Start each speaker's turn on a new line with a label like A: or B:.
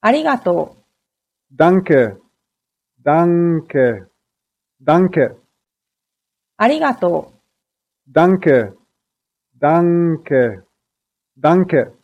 A: ありがとう。
B: Danke, danke, danke,
A: ありがとう。
B: danke, danke, danke.